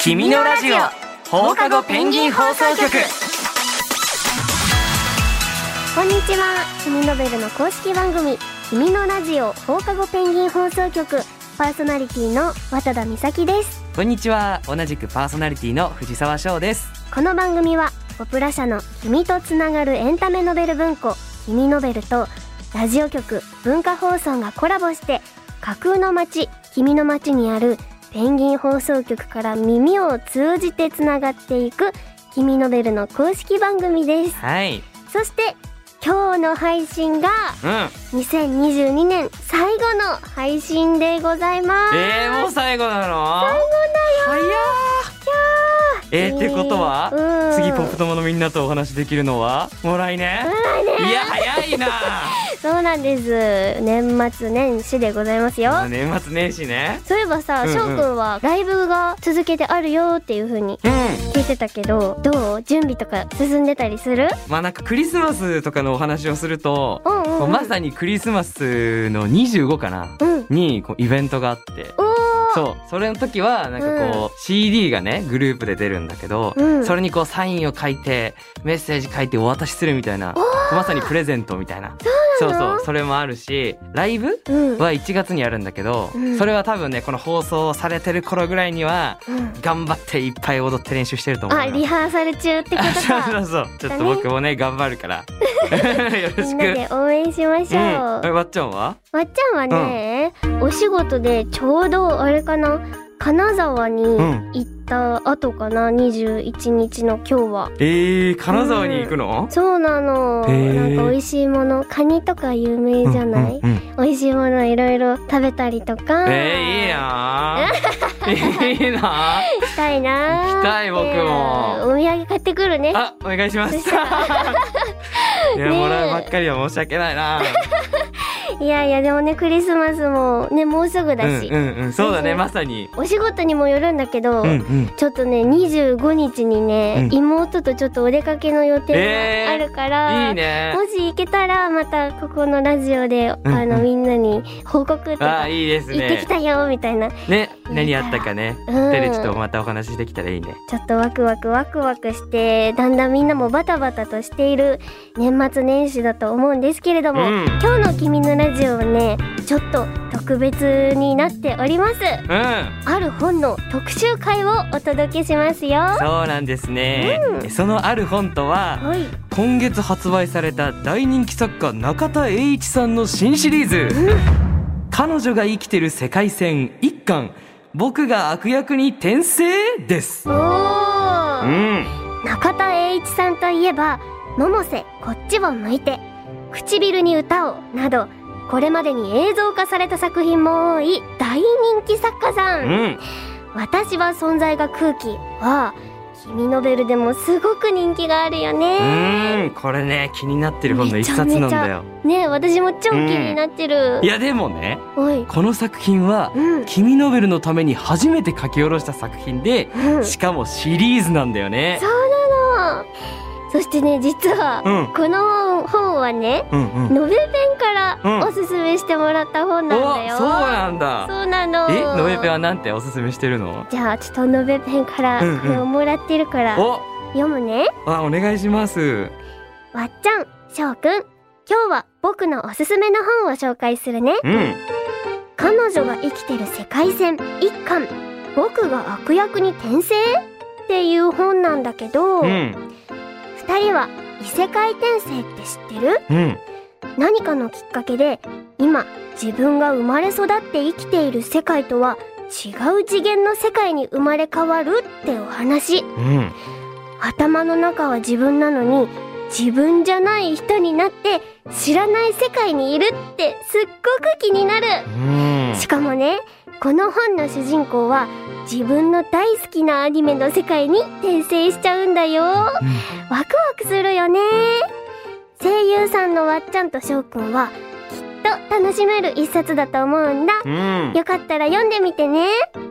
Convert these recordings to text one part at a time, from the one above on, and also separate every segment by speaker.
Speaker 1: 君のラジオ放課後ペンギン放送局
Speaker 2: こんにちは君ノベルの公式番組「君のラジオ放課後ペンギン放送局」パーソナリティの渡田美咲です
Speaker 1: こんにちは同じくパーソナリティの藤沢翔です
Speaker 2: この番組はポプラ社の「君とつながるエンタメノベル文庫「君ノベル」とラジオ局文化放送がコラボして架空の街君の街にあるペンギン放送局から耳を通じてつながっていく「君ノベル」の公式番組です
Speaker 1: はい
Speaker 2: そして今日の配信が
Speaker 1: うん
Speaker 2: 2022年最後の配信でございます。
Speaker 1: えー、もう最後なの最後だよ早ーえー、ってことは、
Speaker 2: うん
Speaker 1: 次ポップ友のみんなとお話できるのはもう来年、いや早 いな
Speaker 2: そうなんです。年末年始でございますよ。
Speaker 1: まあ年末年始ね
Speaker 2: そういえばさ、
Speaker 1: うんうん
Speaker 2: 翔くんはライブが続けてあるよっていう風に
Speaker 1: うん
Speaker 2: 聞いてたけど、どう準備とか進んでたりする
Speaker 1: まあなんかクリスマスとかのお話をすると、
Speaker 2: うんうんうん
Speaker 1: こうまさにクリスマスの25かな、
Speaker 2: うん。
Speaker 1: にこうイベントがあって
Speaker 2: おー
Speaker 1: そうそれの時はなんかこう、CD がねグループで出るんだけど、
Speaker 2: うん
Speaker 1: それにこうサインを書いてメッセージ書いてお渡しするみたいなまさにプレゼントみたいなそう
Speaker 2: なの
Speaker 1: そうそれもあるしライブ
Speaker 2: うん。
Speaker 1: は1月にあるんだけど、
Speaker 2: うん
Speaker 1: それは多分ねこの放送されてる頃ぐらいには
Speaker 2: うん
Speaker 1: 頑張っていっぱい踊って練習してると思う
Speaker 2: あ、
Speaker 1: よ
Speaker 2: リハーサル中ってこと
Speaker 1: あそう そ
Speaker 2: か。
Speaker 1: うそうちょっと僕もね頑張るからよろ
Speaker 2: み
Speaker 1: し
Speaker 2: ん
Speaker 1: く
Speaker 2: なで応援しまし
Speaker 1: う
Speaker 2: ょう。
Speaker 1: んえわっちゃんは
Speaker 2: わっちゃんはね、お仕事でちょうどあれかな金沢に
Speaker 1: ん
Speaker 2: 行った後かな、21日の今日は
Speaker 1: えー、金沢に行くの、
Speaker 2: そうなの
Speaker 1: へー
Speaker 2: なんか美味しいものカニとか有名じゃない、
Speaker 1: うんうんうん
Speaker 2: 美味しいものいろいろ食べたりとか、
Speaker 1: えー、いいな ーいいなー
Speaker 2: したいな
Speaker 1: 行きたい僕も
Speaker 2: ねお土産買ってくるね
Speaker 1: あお願いし ますい
Speaker 2: そし
Speaker 1: やもらうばっかりは申し訳ないない
Speaker 2: やいやでもねクリスマスもねもうすぐ
Speaker 1: う
Speaker 2: だ
Speaker 1: ん
Speaker 2: し、
Speaker 1: うんうんそうだねまさに
Speaker 2: お仕事にもよるんだけど、
Speaker 1: うんうん
Speaker 2: ちょっとね25日にね、
Speaker 1: うん
Speaker 2: 妹とちょっとお出かけの予定
Speaker 1: え
Speaker 2: が
Speaker 1: ー
Speaker 2: あるから、
Speaker 1: いいね
Speaker 2: もし行けたらまたここのラジオで、
Speaker 1: うん
Speaker 2: あのみんなに報告と
Speaker 1: あ
Speaker 2: か
Speaker 1: ーいいです
Speaker 2: 行ってき
Speaker 1: ね
Speaker 2: たよみたいな、
Speaker 1: ね何あったかね
Speaker 2: うん
Speaker 1: テレちょっとまたお話しできたらいいね
Speaker 2: ちょっとワクワクワクワクしてだんだんみんなもバタバタとしている年末年始だと思うんですけれど
Speaker 1: う
Speaker 2: も、
Speaker 1: ん
Speaker 2: 今日の「君のラジオ」はねちょっと特別になっております
Speaker 1: うん
Speaker 2: ある本の特集会をお届けしますよは
Speaker 1: そうなんですね、そのある本とはい今月発売された大人気作家中田栄一さんの新シリーズ「彼女が生きてる世界線一巻僕が悪役に転生」です
Speaker 2: おー
Speaker 1: うん
Speaker 2: 中田栄一さんといえば「百瀬こっちを向いて」「唇に歌を」などこれまでに映像化された作品も多い大人気作家さ
Speaker 1: うんん
Speaker 2: 「私は存在が空気」は「君ノベル」でもすごく人気があるよね
Speaker 1: うんこれね気になってる本の一冊なんだよ
Speaker 2: ねえ私も超気になってる
Speaker 1: い、やでもね
Speaker 2: おい
Speaker 1: この作品は
Speaker 2: うん
Speaker 1: 君ノベルのために初めて書き下ろした作品で
Speaker 2: うん
Speaker 1: しかもシリーズなんだよね
Speaker 2: そうなのそしてね実は、
Speaker 1: うん
Speaker 2: この本はね
Speaker 1: うんうん
Speaker 2: ノベペンから
Speaker 1: うん
Speaker 2: おすすめしてもらった本なんだよ、
Speaker 1: おそうなんだ
Speaker 2: そうなの
Speaker 1: えノベペはなんておすすめしてるの
Speaker 2: じゃあちょっとノベペンから
Speaker 1: うんうん
Speaker 2: これをもらってるから、
Speaker 1: お
Speaker 2: 読むね
Speaker 1: あ、お願いします。
Speaker 2: わっちゃんしょうくん今日は僕のおすすめの本を紹介するね
Speaker 1: うん。
Speaker 2: 彼女が生きてる世界線一巻僕が悪役に転生っていう本なんだけど、
Speaker 1: う
Speaker 2: 二
Speaker 1: ん。
Speaker 2: 人は異世界転生って知ってる
Speaker 1: うん。
Speaker 2: 何かのきっかけで今自分が生まれ育って生きている世界とは違う次元の世界に生まれ変わるってお話
Speaker 1: うん。
Speaker 2: 頭の中は自分なのに自分じゃない人になって知らない世界にいるってすっごく気になる
Speaker 1: うん。
Speaker 2: しかもねこの本の主人公は自分の大好きなアニメの世界に転生しちゃうんだよワクワクするよね声優さんのわっちゃんとしょうくんはきっと楽しめる一冊だと思うんだ
Speaker 1: うん。
Speaker 2: よかったら読んでみてね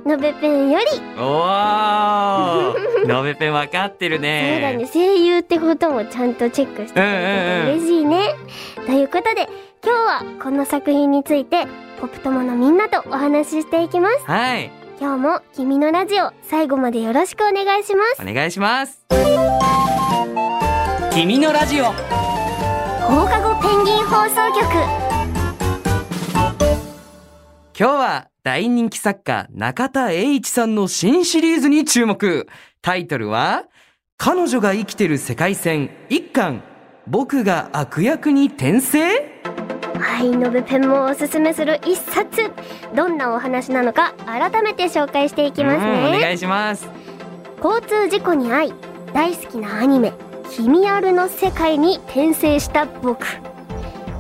Speaker 2: のべペンよりそう
Speaker 1: おー。のべペンわかってる
Speaker 2: だね
Speaker 1: ね。
Speaker 2: 声優ってこともちゃんとチェックしてくれてて嬉しいねということで今日はこの作品についてポップ友のみんなとお話ししていきます
Speaker 1: はい。
Speaker 2: 今日も君のラジオ最後までよろしくお願いします
Speaker 1: お願いします君のラジオ
Speaker 2: 放課後ペンギン放送局
Speaker 1: 今日は大人気作家中田栄一さんの新シリーズに注目タイトルは彼女が生きてる世界線一巻僕が悪役に転生
Speaker 2: はい、のぶペンもおすすめする一冊どんなお話なのか改めて紹介していきます
Speaker 1: うんお
Speaker 2: ね
Speaker 1: 願いします
Speaker 2: 交通事故に遭い大好きなアニメ「君ある」の世界に転生した僕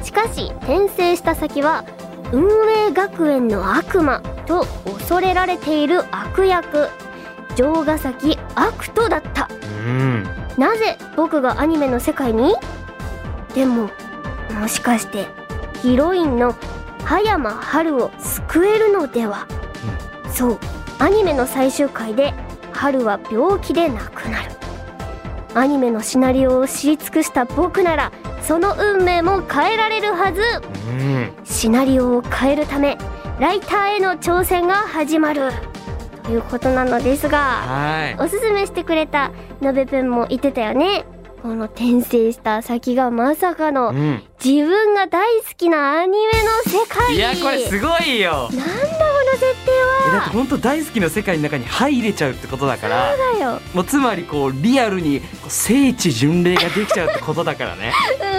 Speaker 2: しかし転生した先は運営学園の悪魔と恐れられている悪役城ヶ崎悪徒だった
Speaker 1: うん
Speaker 2: なぜ僕がアニメの世界にでももしかしてヒロインの葉山春を救えるのでは、そうアニメの最終回で春は病気で亡くなるアニメのシナリオを知り尽くした僕ならその運命も変えられるはず
Speaker 1: うん
Speaker 2: シナリオを変えるためライターへの挑戦が始まるということなのですが
Speaker 1: はい
Speaker 2: おすすめしてくれたのべぷんも言ってたよねこの転生した先がまさかの
Speaker 1: うん
Speaker 2: 自分が大好きなアニメの世界
Speaker 1: いやこれすごいよ
Speaker 2: なんだこ
Speaker 1: え
Speaker 2: の設定
Speaker 1: だって
Speaker 2: は
Speaker 1: 本当大好きな世界の中に入れちゃうってことだから
Speaker 2: だよ
Speaker 1: もうつまりこうリアルにこう聖地巡礼ができちゃうってことだからね
Speaker 2: うん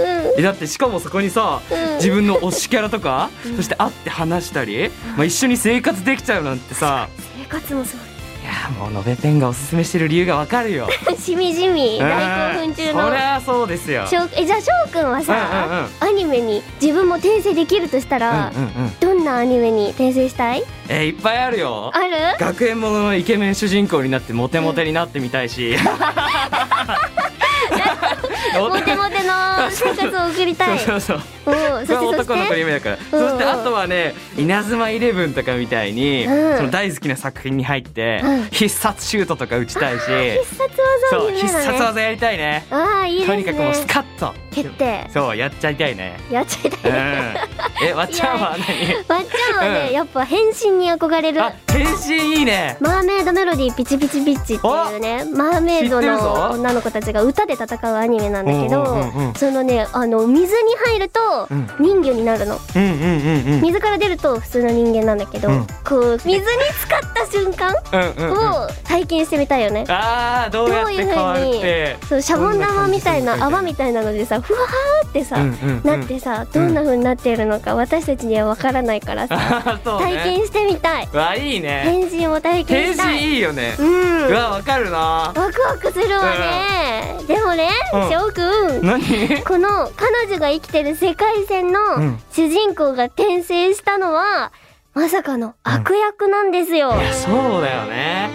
Speaker 2: うんうん
Speaker 1: えだってしかもそこにさ
Speaker 2: うん
Speaker 1: 自分の推しキャラとかそして会って話したり、まあ、一緒に生活できちゃうなんてさ
Speaker 2: 生活もす
Speaker 1: いやもうのべペンがおすすめしてる理由がわかるよ
Speaker 2: ごいしみじみ大興
Speaker 1: う
Speaker 2: 奮中
Speaker 1: んそり
Speaker 2: の
Speaker 1: ゃそうですよ
Speaker 2: しょうえじゃあしょうくんは
Speaker 1: うんうん
Speaker 2: さアニメに自分も転生できるとしたら
Speaker 1: うんうんうん
Speaker 2: どんなアニメに転生したい
Speaker 1: えいっぱいあるよ
Speaker 2: ある
Speaker 1: 学園もののイケメン主人公になってモテモテになってみたい し
Speaker 2: モテモテの生活を送りたい
Speaker 1: そうそうそう
Speaker 2: お
Speaker 1: そ
Speaker 2: うそして
Speaker 1: れは
Speaker 2: そ
Speaker 1: 男の
Speaker 2: し
Speaker 1: 子の
Speaker 2: て
Speaker 1: 夢だから、
Speaker 2: うんうん
Speaker 1: そしてあとはね「稲妻イレブン」とかみたいに、
Speaker 2: うん
Speaker 1: その大好きな作品に入って、
Speaker 2: うん
Speaker 1: 必殺シュートとか打ちたいし
Speaker 2: 必殺技を
Speaker 1: そう
Speaker 2: 夢
Speaker 1: 必
Speaker 2: だね
Speaker 1: 殺技やりたいね
Speaker 2: ああいいですね
Speaker 1: とにかくもうスカッと
Speaker 2: 蹴って
Speaker 1: そうやっちゃいたいね
Speaker 2: やっちゃい
Speaker 1: うん
Speaker 2: た い
Speaker 1: えわっちゃんは何
Speaker 2: わっちゃんはね、
Speaker 1: うん
Speaker 2: やっぱ変身に憧れる
Speaker 1: あ変身いいね
Speaker 2: マーメイドメロディーピチピチピチっていうねマーメイ
Speaker 1: 知っ
Speaker 2: ド
Speaker 1: てるぞ
Speaker 2: の女の子たちが歌で戦うアニメなんだけど、
Speaker 1: うんうんうん
Speaker 2: そのねあの水に入ると
Speaker 1: うん
Speaker 2: 人魚になるの、
Speaker 1: うんうんうんうん
Speaker 2: 水から出ると普通の人間なんだけど、
Speaker 1: うん
Speaker 2: こう水に浸かった瞬間
Speaker 1: うんうんうん
Speaker 2: を体験してみたいよね、
Speaker 1: あーどうやって変わるって
Speaker 2: そうシャボン玉みたい
Speaker 1: どん
Speaker 2: な
Speaker 1: な感じ
Speaker 2: 泡みたいなのでさふわーってさ、
Speaker 1: うんうんうん
Speaker 2: なってさどんな風になっているのか私たちにはわからないからさ、
Speaker 1: あーそうね
Speaker 2: 体験してみたい
Speaker 1: わいいね
Speaker 2: 変身を体験
Speaker 1: 変
Speaker 2: したい
Speaker 1: 身いいよね
Speaker 2: うん
Speaker 1: うわわかるな
Speaker 2: ワクワクするわね、でもね
Speaker 1: うん
Speaker 2: 翔くん
Speaker 1: 何
Speaker 2: この彼女が生きてる世界線の
Speaker 1: うん
Speaker 2: 主人公が転生したのはまさかの悪役なんですよ、
Speaker 1: いやそうだよね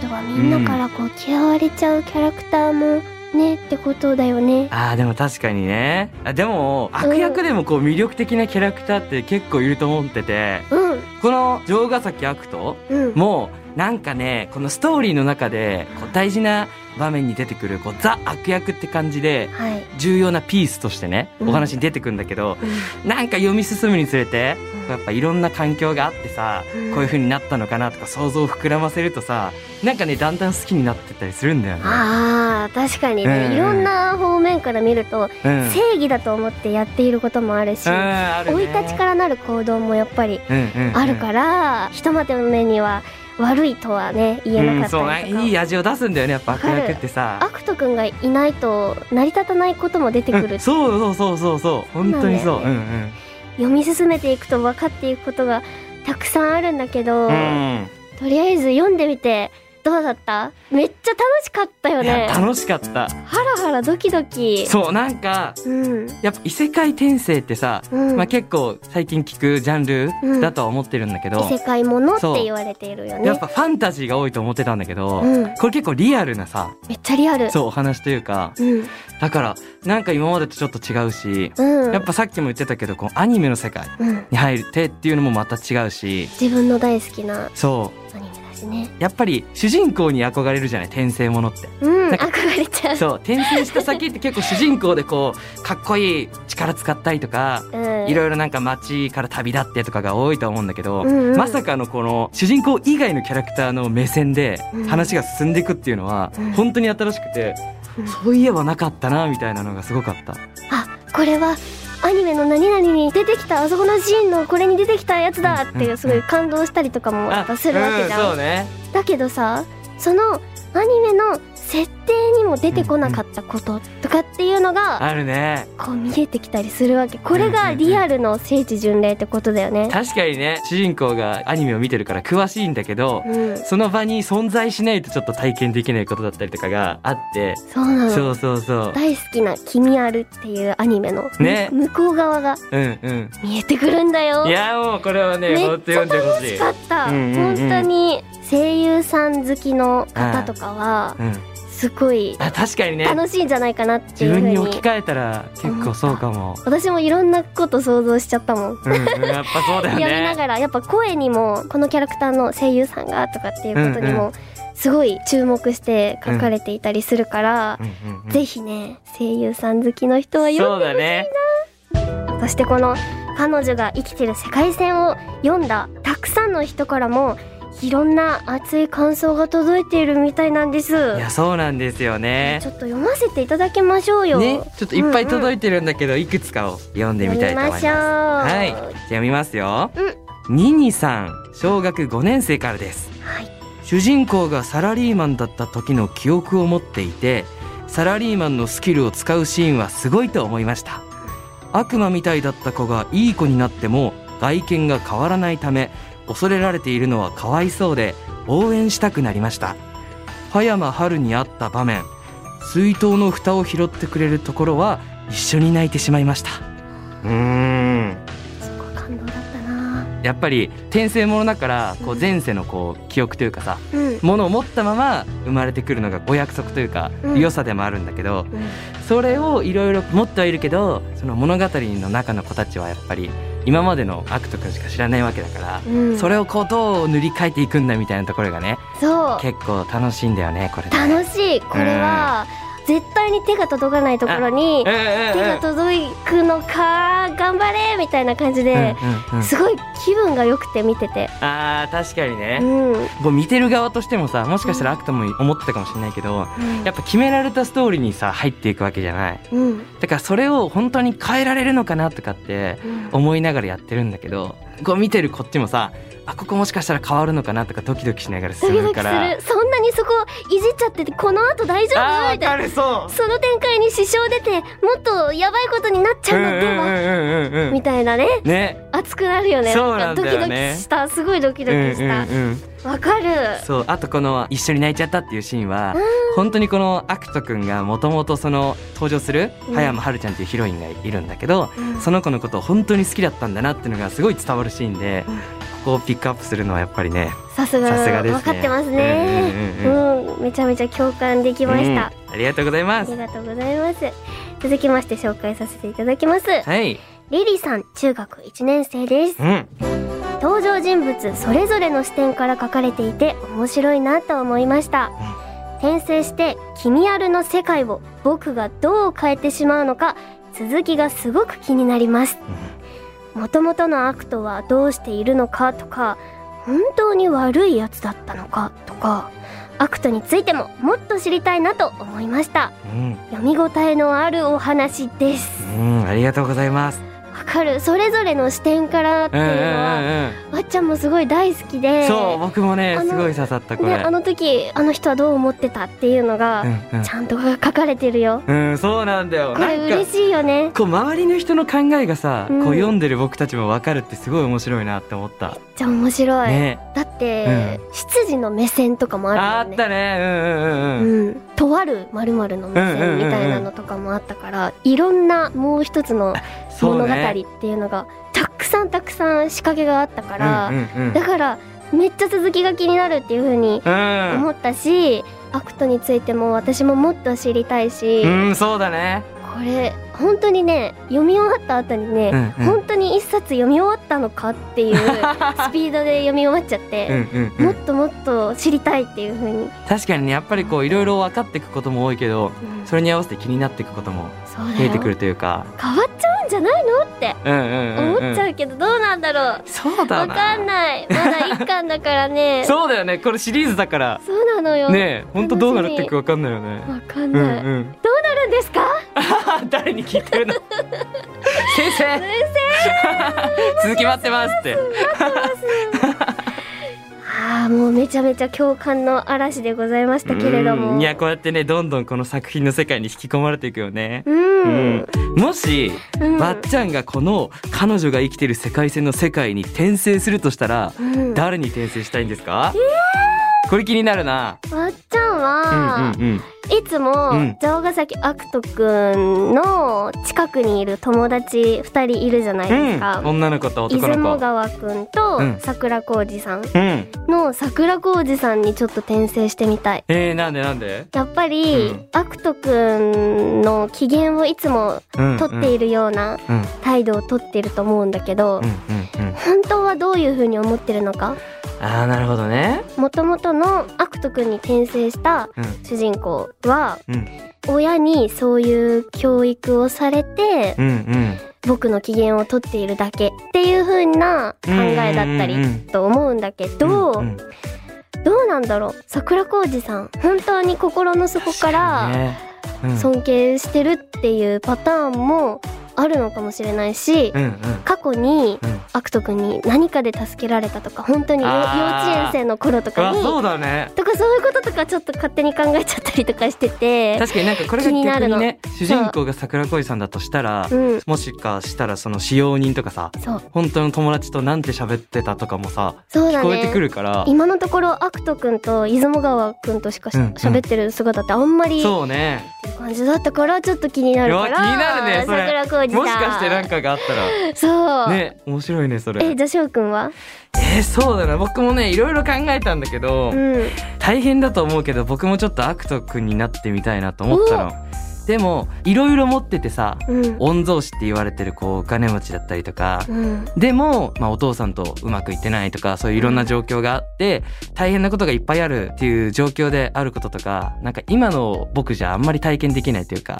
Speaker 2: ことはみんなからこう嫌われちゃうキャラクターもねってことだよね
Speaker 1: あーでも確かにねあでも悪役でもこう魅力的なキャラクターって結構いると思ってて
Speaker 2: うん
Speaker 1: この城ヶ崎悪人
Speaker 2: うん
Speaker 1: もうなんかねこのストーリーの中でこう大事な場面に出てくるこうザ悪役って感じで
Speaker 2: はい、
Speaker 1: 重要なピースとしてね
Speaker 2: うん
Speaker 1: お話に出てくるんだけど、
Speaker 2: うん
Speaker 1: なんか読み進むにつれて
Speaker 2: うん
Speaker 1: やっぱいろんな環境があってさ、
Speaker 2: うん
Speaker 1: こういう風になったのかなとか想像を膨らませるとさなんかねだんだん好きになってったりするんだよね。
Speaker 2: あー確かにね、
Speaker 1: うん
Speaker 2: いろんな方面から見ると、
Speaker 1: うん、うん
Speaker 2: 正義だと思ってやっていることもあるし、
Speaker 1: ある
Speaker 2: 生
Speaker 1: ね
Speaker 2: い立ちからなる行動もやっぱり
Speaker 1: うんうんうん
Speaker 2: あるから、ひとまとめには悪いとはね言えなかったりと
Speaker 1: うんそう
Speaker 2: か、
Speaker 1: ねいい味を出すんだよねやっぱ
Speaker 2: わかる
Speaker 1: 悪役ってさ
Speaker 2: 悪徳くんがいないと成り立たないことも出てくる、
Speaker 1: うんそうそうそうそうそう本当にそう
Speaker 2: そううなんん読み進めていくと分かっていくことがたくさんあるんだけど、
Speaker 1: うんうん
Speaker 2: とりあえず読んでみてどうだっためっちゃ楽しかったよ
Speaker 1: いや
Speaker 2: ねハ
Speaker 1: 楽しかった
Speaker 2: ラハラドキドキ
Speaker 1: そうなんか
Speaker 2: うん
Speaker 1: やっぱ異世界転生ってさ、
Speaker 2: うん、
Speaker 1: まあ、結構最近聞くジャンルだとは思ってるんだけど、
Speaker 2: 異世界ものっ
Speaker 1: そう
Speaker 2: て言われているよね
Speaker 1: やっぱファンタジーが多いと思ってたんだけど、
Speaker 2: うん
Speaker 1: これ結構リアルなさ
Speaker 2: めっちゃリアル
Speaker 1: そうお話というか
Speaker 2: うん
Speaker 1: だからなんか今までとちょっと違うし、
Speaker 2: うん
Speaker 1: やっぱさっきも言ってたけどこうアニメの世界
Speaker 2: うん、
Speaker 1: に入ってっていうのもまた違うし
Speaker 2: 自分の大好きな
Speaker 1: そ
Speaker 2: アニメだしますね
Speaker 1: やっぱり主人公に憧れるじゃない転生ものって
Speaker 2: うん
Speaker 1: なんか
Speaker 2: 憧れちゃう
Speaker 1: そう転生した先って結構主人公でこうかっこいい力使ったりとか
Speaker 2: うん
Speaker 1: いろいろなんか街から旅立ってとかが多いと思うんだけど、
Speaker 2: うんうん
Speaker 1: まさかのこの主人公以外のキャラクターの目線で
Speaker 2: うん
Speaker 1: 話が進んでいくっていうのは
Speaker 2: うん
Speaker 1: 本当に新しくて、
Speaker 2: うん
Speaker 1: そういえばなかったなみたいなのがすごかった。
Speaker 2: あこれはアニメの何々に出てきたあそこのシーンのこれに出てきたやつだって
Speaker 1: うん
Speaker 2: いううんすごい感動したりとかもやっぱするわけじ
Speaker 1: うん
Speaker 2: ゃ。
Speaker 1: そうんね
Speaker 2: だけどさそのアニメの設定にも出てこなかったこととかっていうのが
Speaker 1: あるね
Speaker 2: こう見えてきたりするわけこれがリアルの聖地巡礼ってことだよね。
Speaker 1: 確かにね主人公がアニメを見てるから詳しいんだけど、
Speaker 2: うん、
Speaker 1: その場に存在しないとちょっと体験できないことだったりとかがあって、
Speaker 2: そうなの
Speaker 1: そうそうそう
Speaker 2: 大好きな「君ある」っていうアニメの、
Speaker 1: ね
Speaker 2: 向こう側が
Speaker 1: うんうん
Speaker 2: 見えてくるんだよ。
Speaker 1: いやもうこれはね
Speaker 2: め
Speaker 1: 本
Speaker 2: っ
Speaker 1: 当
Speaker 2: ちゃ
Speaker 1: 読んでほ
Speaker 2: 楽
Speaker 1: し
Speaker 2: し
Speaker 1: い
Speaker 2: かった、
Speaker 1: うんうんうん
Speaker 2: 本当に声優さん好きの方とかは
Speaker 1: うん、
Speaker 2: すごい
Speaker 1: あ確かにね
Speaker 2: 楽しいんじゃないかなって
Speaker 1: 自
Speaker 2: いうふう
Speaker 1: 分
Speaker 2: に
Speaker 1: に置き換えたら結構そうかも、
Speaker 2: 私もいろんなこと想像しちゃったもん
Speaker 1: うんうん、やっぱそうだよ
Speaker 2: 読みな
Speaker 1: ね
Speaker 2: がらやっぱ声にもこのキャラクターの声優さんがとかっていうことに
Speaker 1: うん
Speaker 2: もすごい注目して書かれていたりするから、
Speaker 1: うんうんうん
Speaker 2: ぜひね声優さん好きの人は読
Speaker 1: そう
Speaker 2: ん
Speaker 1: だね
Speaker 2: そしてこの彼女が生きてる世界線を読んだたくさんの人からもいろんな熱い感想が届いているみたいなんです。
Speaker 1: いやそうなんですよね
Speaker 2: ちょっと読ませていただきましょうよ。
Speaker 1: ねちょっといっぱい
Speaker 2: うんう
Speaker 1: 届
Speaker 2: ん
Speaker 1: いてるんだけど、いくつかを読んでみたいと思います
Speaker 2: 読みましょう
Speaker 1: はいじゃあ読みますよ、ににさん小学5年生からです
Speaker 2: はい。
Speaker 1: 主人公がサラリーマンだった時の記憶を持っていてサラリーマンのスキルを使うシーンはすごいと思いました悪魔みたいだった子がいい子になっても外見が変わらないため恐れられているのはかわいそうで応援したくなりました葉山春にあった場面水筒の蓋を拾ってくれるところは一緒に泣いてしまいましたうーん
Speaker 2: そこ感動だったな。
Speaker 1: やっぱり転生ものだからこう前世のこう記憶というかさ
Speaker 2: うん。
Speaker 1: ものを持ったまま生まれてくるのがお約束というか、
Speaker 2: うん
Speaker 1: 良さでもあるんだけど
Speaker 2: うん
Speaker 1: それをいろいろ持ってはいるけどその物語の中の子たちはやっぱり今までの悪とかしか知らないわけだから、
Speaker 2: うん
Speaker 1: それをこうどう塗り替えていくんだみたいなところがね
Speaker 2: そう
Speaker 1: 結構楽しいんだよねこれね。
Speaker 2: 楽しいこれは絶対に手が届かないところ
Speaker 1: うんうんうん
Speaker 2: に手が届くのか頑張れみたいな感じで
Speaker 1: うんうんうん
Speaker 2: すごい気分が良くて見てて。
Speaker 1: あー確かにね、
Speaker 2: うん。うん
Speaker 1: こう見てる側としてもさもしかしたら悪とも思ってたかもしれないけどやっぱ決められたストーリーにさ入っていくわけじゃない
Speaker 2: うん
Speaker 1: だからそれを本当に変えられるのかなとかって
Speaker 2: うん
Speaker 1: 思いながらやってるんだけどこう見てるこっちもさあここもしかしたら変わるのかなとかドキドキしながら
Speaker 2: ド
Speaker 1: 進
Speaker 2: キ
Speaker 1: む
Speaker 2: ドキ
Speaker 1: か
Speaker 2: す
Speaker 1: ら
Speaker 2: るそんなにそこいじっちゃっててこの後大丈
Speaker 1: あ
Speaker 2: 夫
Speaker 1: ー
Speaker 2: み
Speaker 1: わ
Speaker 2: た
Speaker 1: か
Speaker 2: いな
Speaker 1: るそう
Speaker 2: その展開に支障出てもっとやばいことになっちゃうのでは、
Speaker 1: うんうんうんうんうん
Speaker 2: みたいなね
Speaker 1: ね
Speaker 2: 熱くなるよね
Speaker 1: そうなんだよね
Speaker 2: ドキドキしたすごいドキドキしたわ、
Speaker 1: うんうんうん
Speaker 2: かる
Speaker 1: そうあとこの一緒に泣いちゃったっていうシーンは本当にこのアクト君がもともとその登場する
Speaker 2: うん
Speaker 1: 葉山春ちゃんっていうヒロインがいるんだけど
Speaker 2: うん
Speaker 1: その子のことを本当に好きだったんだなっていうのがすごい伝わるシーンで
Speaker 2: うん
Speaker 1: ここをピックアップするのはやっぱりね
Speaker 2: さすが
Speaker 1: さすがですね
Speaker 2: 分かってますね
Speaker 1: うんうん
Speaker 2: うん、めちゃめちゃ共感できました、
Speaker 1: うんありがとうございま
Speaker 2: あ
Speaker 1: す
Speaker 2: りがとうございます続きまして紹介させていただきます
Speaker 1: はい
Speaker 2: リリさん中学1年生です
Speaker 1: うん
Speaker 2: 登場人物それぞれの視点から書かれていて面白いなと思いました転生して「君ある」の世界を僕がどう変えてしまうのか続きがすごく気になりますもともとの悪とはどうしているのかとか本当に悪いやつだったのかとか悪とについてももっと知りたいなと思いました
Speaker 1: うん
Speaker 2: 読み応えのあるお話です
Speaker 1: うん、ありがとうございます。
Speaker 2: わかるそれぞれの視点からって
Speaker 1: う
Speaker 2: い
Speaker 1: ん
Speaker 2: う
Speaker 1: う
Speaker 2: の
Speaker 1: んう
Speaker 2: は、
Speaker 1: ん
Speaker 2: わっちゃんもすごい大好き
Speaker 1: うん。
Speaker 2: で
Speaker 1: そう、僕もね、
Speaker 2: あの
Speaker 1: すごい刺さったこ
Speaker 2: で
Speaker 1: れ。
Speaker 2: あの時あの人はどう思ってたっていうのが、
Speaker 1: うん
Speaker 2: ちゃんと書かれてるよ
Speaker 1: うん、うん、そうなんだよ。
Speaker 2: これ
Speaker 1: なん
Speaker 2: 嬉
Speaker 1: か、
Speaker 2: しいよね
Speaker 1: こう周りの人の考えがさ、
Speaker 2: うん
Speaker 1: こう読んでる僕たちもわかるってすごい面白いなって思った。
Speaker 2: じゃあ面白い、
Speaker 1: ね、
Speaker 2: だって、執事の目線とかも
Speaker 1: あ
Speaker 2: あ
Speaker 1: あ
Speaker 2: る
Speaker 1: っ
Speaker 2: よね
Speaker 1: たね。うんうんうんうん。
Speaker 2: うん、とあるまるの目線みたいなのとかもあったから、いろんなもう一つの
Speaker 1: そう
Speaker 2: 物語っ
Speaker 1: ね。
Speaker 2: ていうのがたくさんたくさん仕掛けがあったから、
Speaker 1: うんうんうん
Speaker 2: だからめっちゃ続きが気になるっていうふうに
Speaker 1: うん
Speaker 2: 思ったし、アクトについても私ももっと知りたいし、
Speaker 1: うん、そうだね。
Speaker 2: これ本当にね読み終わった後にね、
Speaker 1: うんうん
Speaker 2: 本当に一冊読み終わったのかっ ていうスピードで読み終わっちゃっ
Speaker 1: うん
Speaker 2: て、
Speaker 1: うんうん
Speaker 2: もっともっと知りたいっていう風に、
Speaker 1: 確かにねやっぱりこういろいろ分かっていくことも多いけど
Speaker 2: うん
Speaker 1: それに合わせて気になっていくことも
Speaker 2: そうだ
Speaker 1: 見えてく
Speaker 2: よ
Speaker 1: るというか
Speaker 2: 変わっちゃうんじゃないのって
Speaker 1: うんうんうん、
Speaker 2: 思
Speaker 1: うん、
Speaker 2: っちゃうけどどうなんだろう
Speaker 1: そうだ
Speaker 2: わ
Speaker 1: な
Speaker 2: かんないまだ一巻だからね
Speaker 1: そうだよねこれシリーズだから
Speaker 2: そうなのよ
Speaker 1: ねえほんとどうなっていくか分かんないよね
Speaker 2: わかん
Speaker 1: うんう
Speaker 2: な
Speaker 1: ん
Speaker 2: い、どうなるんですか
Speaker 1: あ 誰に聞いてるの先生
Speaker 2: 先
Speaker 1: 続き待ってますって
Speaker 2: ああもうめちゃめちゃ共感の嵐でございましたけれども
Speaker 1: うんいやこうやってねどんどんこの作品の世界に引き込まれていくよね
Speaker 2: うん、
Speaker 1: うんもし、
Speaker 2: うん
Speaker 1: わっちゃんがこの彼女が生きてる世界線の世界に転生するとしたら、
Speaker 2: うん
Speaker 1: 誰に転生したいんですか、これ気になるな
Speaker 2: わっちゃんは、
Speaker 1: うんうん
Speaker 2: いつも、
Speaker 1: うん
Speaker 2: 城ヶ崎アクトくんの近くにいる友達二人いるじゃない
Speaker 1: うん
Speaker 2: ですか、
Speaker 1: うん女の子と
Speaker 2: 出
Speaker 1: 男
Speaker 2: 雲
Speaker 1: の子
Speaker 2: 川くんと
Speaker 1: うん
Speaker 2: 桜浩二さん
Speaker 1: うん
Speaker 2: の桜浩二さんにちょっと転生してみたい
Speaker 1: えー、なんでなんで
Speaker 2: やっぱり、
Speaker 1: うん
Speaker 2: アクトくんの機嫌をいつも取っているような
Speaker 1: うんうん
Speaker 2: 態度を取ってると思うんだけ
Speaker 1: う
Speaker 2: ど、
Speaker 1: んうんうん
Speaker 2: 本当はどういうふうに思ってるのか
Speaker 1: ああなるほどね
Speaker 2: もともとのアクト君に転生した
Speaker 1: うん
Speaker 2: 主人公は
Speaker 1: うん
Speaker 2: 親にそういう教育をされて
Speaker 1: うんうん
Speaker 2: 僕の機嫌を取っているだけっていう風な考えだった
Speaker 1: うんうんう
Speaker 2: り
Speaker 1: ん
Speaker 2: と思うんだけど
Speaker 1: うんうん
Speaker 2: どうなんだろう桜浩二さん本当に心の底から
Speaker 1: ねうん
Speaker 2: 尊敬してるっていうパターンもあるのかもしれないし
Speaker 1: うんうん
Speaker 2: 過去に
Speaker 1: うん
Speaker 2: アクト君に何かで助けられたとか本当によ幼
Speaker 1: あー
Speaker 2: 稚園生の頃とか
Speaker 1: あ
Speaker 2: に
Speaker 1: そうだね
Speaker 2: とかそういうこととかちょっと勝手に考えちゃったりとかしてて
Speaker 1: 確かになんかこれが
Speaker 2: 気にな
Speaker 1: 逆
Speaker 2: る
Speaker 1: に
Speaker 2: の
Speaker 1: ね主人公が桜恋さんだとしたら
Speaker 2: うん
Speaker 1: もしかしたらその使用人とかさ
Speaker 2: そう
Speaker 1: 本当の友達となんて喋ってたとかもさ
Speaker 2: そう
Speaker 1: 聞
Speaker 2: だ
Speaker 1: こえてく
Speaker 2: ね
Speaker 1: るから
Speaker 2: 今のところアクト君と出雲川君としか
Speaker 1: う
Speaker 2: し
Speaker 1: んうん
Speaker 2: 喋ってる姿ってあんまりっていう
Speaker 1: そうね
Speaker 2: 感じだったからちょっと気になるから
Speaker 1: うわ気になるねそれ
Speaker 2: 桜小路さん
Speaker 1: もしかしてなんかがあったら
Speaker 2: そう、
Speaker 1: ね面白いねそ
Speaker 2: え
Speaker 1: れ
Speaker 2: じゃあ翔くんは
Speaker 1: えーそうだな僕もねいろいろ考えたんだけど
Speaker 2: うん
Speaker 1: 大変だと思うけど僕もちょっとアクト君になってみたいなと思ったのでもいろいろ持っててさ
Speaker 2: うん
Speaker 1: 御曹司って言われてるこうお金持ちだったりとか
Speaker 2: うん
Speaker 1: でも、まあ、お父さんとうまくいってないとかそういういろんな状況があって大変なことがいっぱいあるっていう状況であることとかなんか今の僕じゃあんまり体験できないというか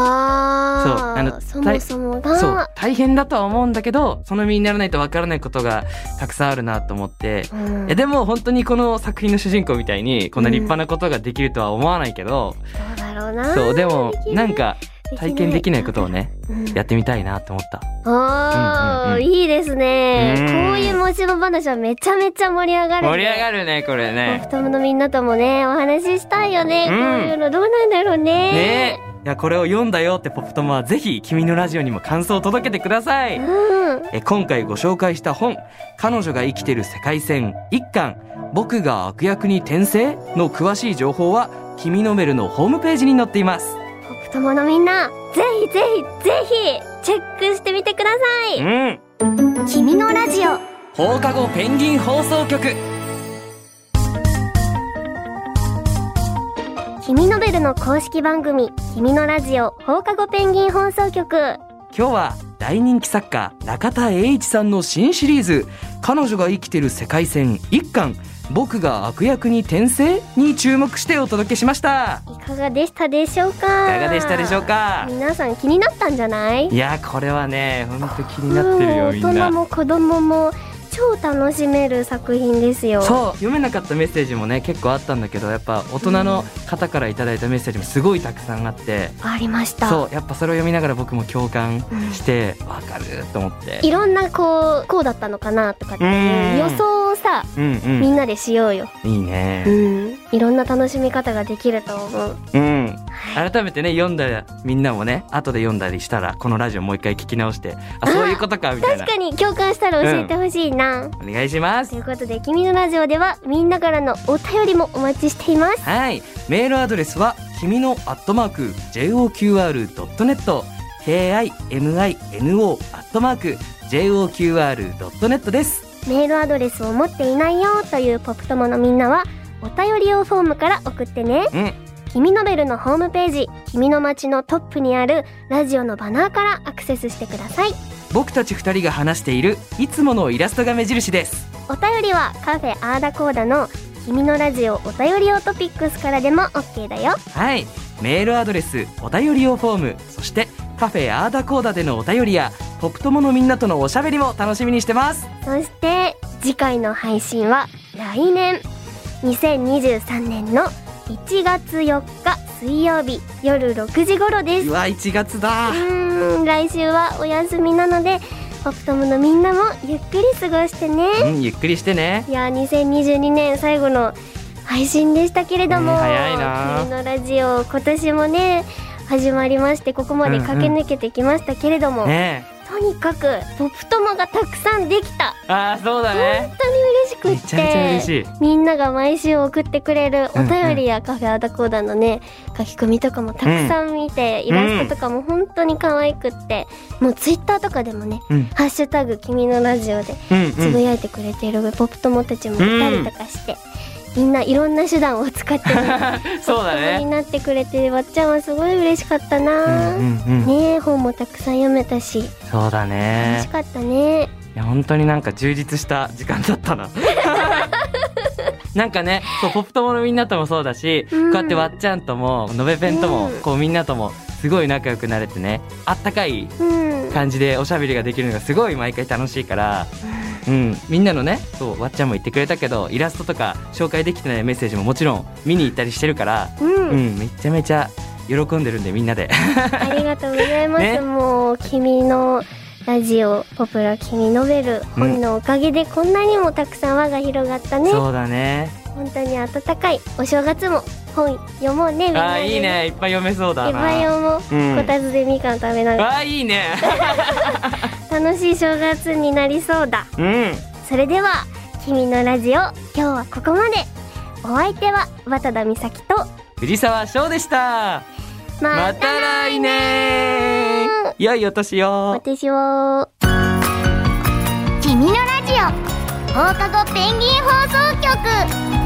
Speaker 2: あ
Speaker 1: そうあ
Speaker 2: あ
Speaker 1: の
Speaker 2: そもそもが
Speaker 1: そう大変だとは思うんだけどその身にならないとわからないことがたくさんあるなと思って。
Speaker 2: うん、
Speaker 1: え
Speaker 2: そう
Speaker 1: でも本当にこの作品の主人公みたいにこんな立派なことができるとは思わないけど、
Speaker 2: だろうな
Speaker 1: そうでもなんか
Speaker 2: でき
Speaker 1: 体験できないことをね
Speaker 2: うん
Speaker 1: やってみたいなと思った。うんう
Speaker 2: おー、
Speaker 1: んうん
Speaker 2: いいですね、
Speaker 1: うん
Speaker 2: こういう持ちの話はめちゃめちゃ盛り上がるね
Speaker 1: 盛り上がるねこれ
Speaker 2: まあ
Speaker 1: ね。
Speaker 2: 太もものみんなともねお話ししたいよね、
Speaker 1: うん
Speaker 2: こういうのどうなんだろう
Speaker 1: ね
Speaker 2: ね
Speaker 1: いやこれを読んだよってポップトマはぜひ君のラジオにも感想を届けてください
Speaker 2: うん
Speaker 1: え今回ご紹介した本「彼女が生きてる世界線」一巻「僕が悪役に転生」の詳しい情報は「君のメル」のホームページに載っています
Speaker 2: ポップ友のみんなぜひぜひぜひチェックしてみてください
Speaker 1: うん
Speaker 2: 君のラジオ
Speaker 1: 放課後ペンギン放送局
Speaker 2: 君のベルの公式番組君のラジオ放課後ペンギン放送局
Speaker 1: 今日は大人気作家中田栄一さんの新シリーズ「彼女が生きてる世界線」一巻「僕が悪役に転生」に注目してお届けしました
Speaker 2: いかがでしたでしょう
Speaker 1: い
Speaker 2: か
Speaker 1: かがでしたでしょうか
Speaker 2: 皆さん気になったんじゃない
Speaker 1: いやこれはね本当気になってるよみん
Speaker 2: 大人
Speaker 1: な。
Speaker 2: も子供も超楽しめる作品ですよ
Speaker 1: そう読めなかったメッセージもね結構あったんだけどやっぱ大人の方からいただいたメッセージもすごいたくさんあって、
Speaker 2: ありました
Speaker 1: そうやっぱそれを読みながら僕も共感してわかると思って
Speaker 2: いろんなこうこうだったのかなとかって
Speaker 1: う
Speaker 2: い
Speaker 1: ん
Speaker 2: う予想をさ
Speaker 1: うん
Speaker 2: みんなでしようよ、
Speaker 1: うんいいうね
Speaker 2: ん、いろんな楽しみ方ができると思う
Speaker 1: うん改めてね読んだらみんなもね後で読んだりしたらこのラジオもう一回聞き直してあそういうことかみたい
Speaker 2: 確
Speaker 1: な
Speaker 2: かに共感したら教えてほしいな、
Speaker 1: お願いします
Speaker 2: ということで「君のラジオ」ではみんなからのお便りもお待ちしています
Speaker 1: はい、メールアドレスは君のアットマーク JOQR.net KIMINO アットマーク JOQR.net です
Speaker 2: メールアドレスを持っていないよというポップ友のみんなはお便り用フォームから送ってね
Speaker 1: うん、
Speaker 2: 君ノベルのホームページ君の街のトップにあるラジオのバナーからアクセスしてください
Speaker 1: 僕たち2人が話しているいつものイラストが目印です
Speaker 2: お便りはカフェアーダコーダの君のラジオお便り用トピックスからでも OK だよ
Speaker 1: はいメールアドレスお便り用フォームそしてカフェアーダコーダでのお便りやポップ友のみんなとのおしゃべりも楽しみにしてます
Speaker 2: そして次回の配信は来年2023年の1月4日水曜日夜6時頃です
Speaker 1: うわ1月だ
Speaker 2: うーん来週はお休みなのでポプトムのみんなもゆっくり過ごしてね
Speaker 1: うんゆっくりしてね
Speaker 2: いやー2022年最後の配信でしたけれども、
Speaker 1: ね早いな
Speaker 2: 君のラジオ今年もね始まりましてここまで駆け抜けてきましたけれども、
Speaker 1: ね
Speaker 2: とにかくポプトムがたくさんできた
Speaker 1: えあーそうだね
Speaker 2: 本当に嬉しく
Speaker 1: め
Speaker 2: って
Speaker 1: ちゃめちゃ嬉しい
Speaker 2: みんなが毎週送ってくれるお便りやカフェアダコーダのね書き込みとかもたくさん見て、イラストとかも本当に可愛くって、もうツイッターとかでもね
Speaker 1: うん
Speaker 2: 「ハッシュタグ君のラジオ」で
Speaker 1: うん
Speaker 2: つ
Speaker 1: う
Speaker 2: ぶ
Speaker 1: ん
Speaker 2: やいてくれているポップ友たちもいたりとかして、みんないろんな手段を使ってね
Speaker 1: そうだ
Speaker 2: ポップ友 に
Speaker 1: ね
Speaker 2: なってくれてわっちゃんはすごい嬉しかった
Speaker 1: う
Speaker 2: な、
Speaker 1: んうんうん
Speaker 2: ねえ本もたくさん読めたし
Speaker 1: そうだ
Speaker 2: 楽
Speaker 1: ね
Speaker 2: しかったね
Speaker 1: いや本当になんか充実した時間だ ったな。なんかね、そうポップ友のみんなともそうだし、
Speaker 2: うん
Speaker 1: こうやってわっちゃんとものべペンとも、
Speaker 2: うん
Speaker 1: こうみんなともすごい仲良くなれてね、あったかい
Speaker 2: うん、
Speaker 1: 感じでおしゃべりができるのがすごい毎回楽しいから、うん、みんなのね、そうわっちゃんも言ってくれたけど、イラストとか紹介できてないメッセージももちろん見に行ったりしてるから、
Speaker 2: うん
Speaker 1: うん、めちゃめちゃ喜んでるんでみんなで。
Speaker 2: ありがとうござい ます。
Speaker 1: ね
Speaker 2: もう君のラジオポプラ君ノベル
Speaker 1: うん
Speaker 2: 本のおかげでこんなにもたくさん輪が広がった ね。
Speaker 1: そうだね。
Speaker 2: 本当に温かいお正月も本読もうねみんな
Speaker 1: あ
Speaker 2: で。
Speaker 1: ーいい。ね、いっぱい読めそうだ
Speaker 2: エヴ
Speaker 1: な。
Speaker 2: ァ読もう。
Speaker 1: うん
Speaker 2: こたつでみかん食べなが
Speaker 1: あーいいね。
Speaker 2: ら楽しい正月になりそうだ。
Speaker 1: うん。
Speaker 2: それでは君のラジオ今日はここまで。お相手は渡田美咲と
Speaker 1: 藤沢翔でした。
Speaker 2: ま
Speaker 1: また来年。良いお年を。
Speaker 2: 私は
Speaker 3: 君のラジオ放課後ペンギン放送局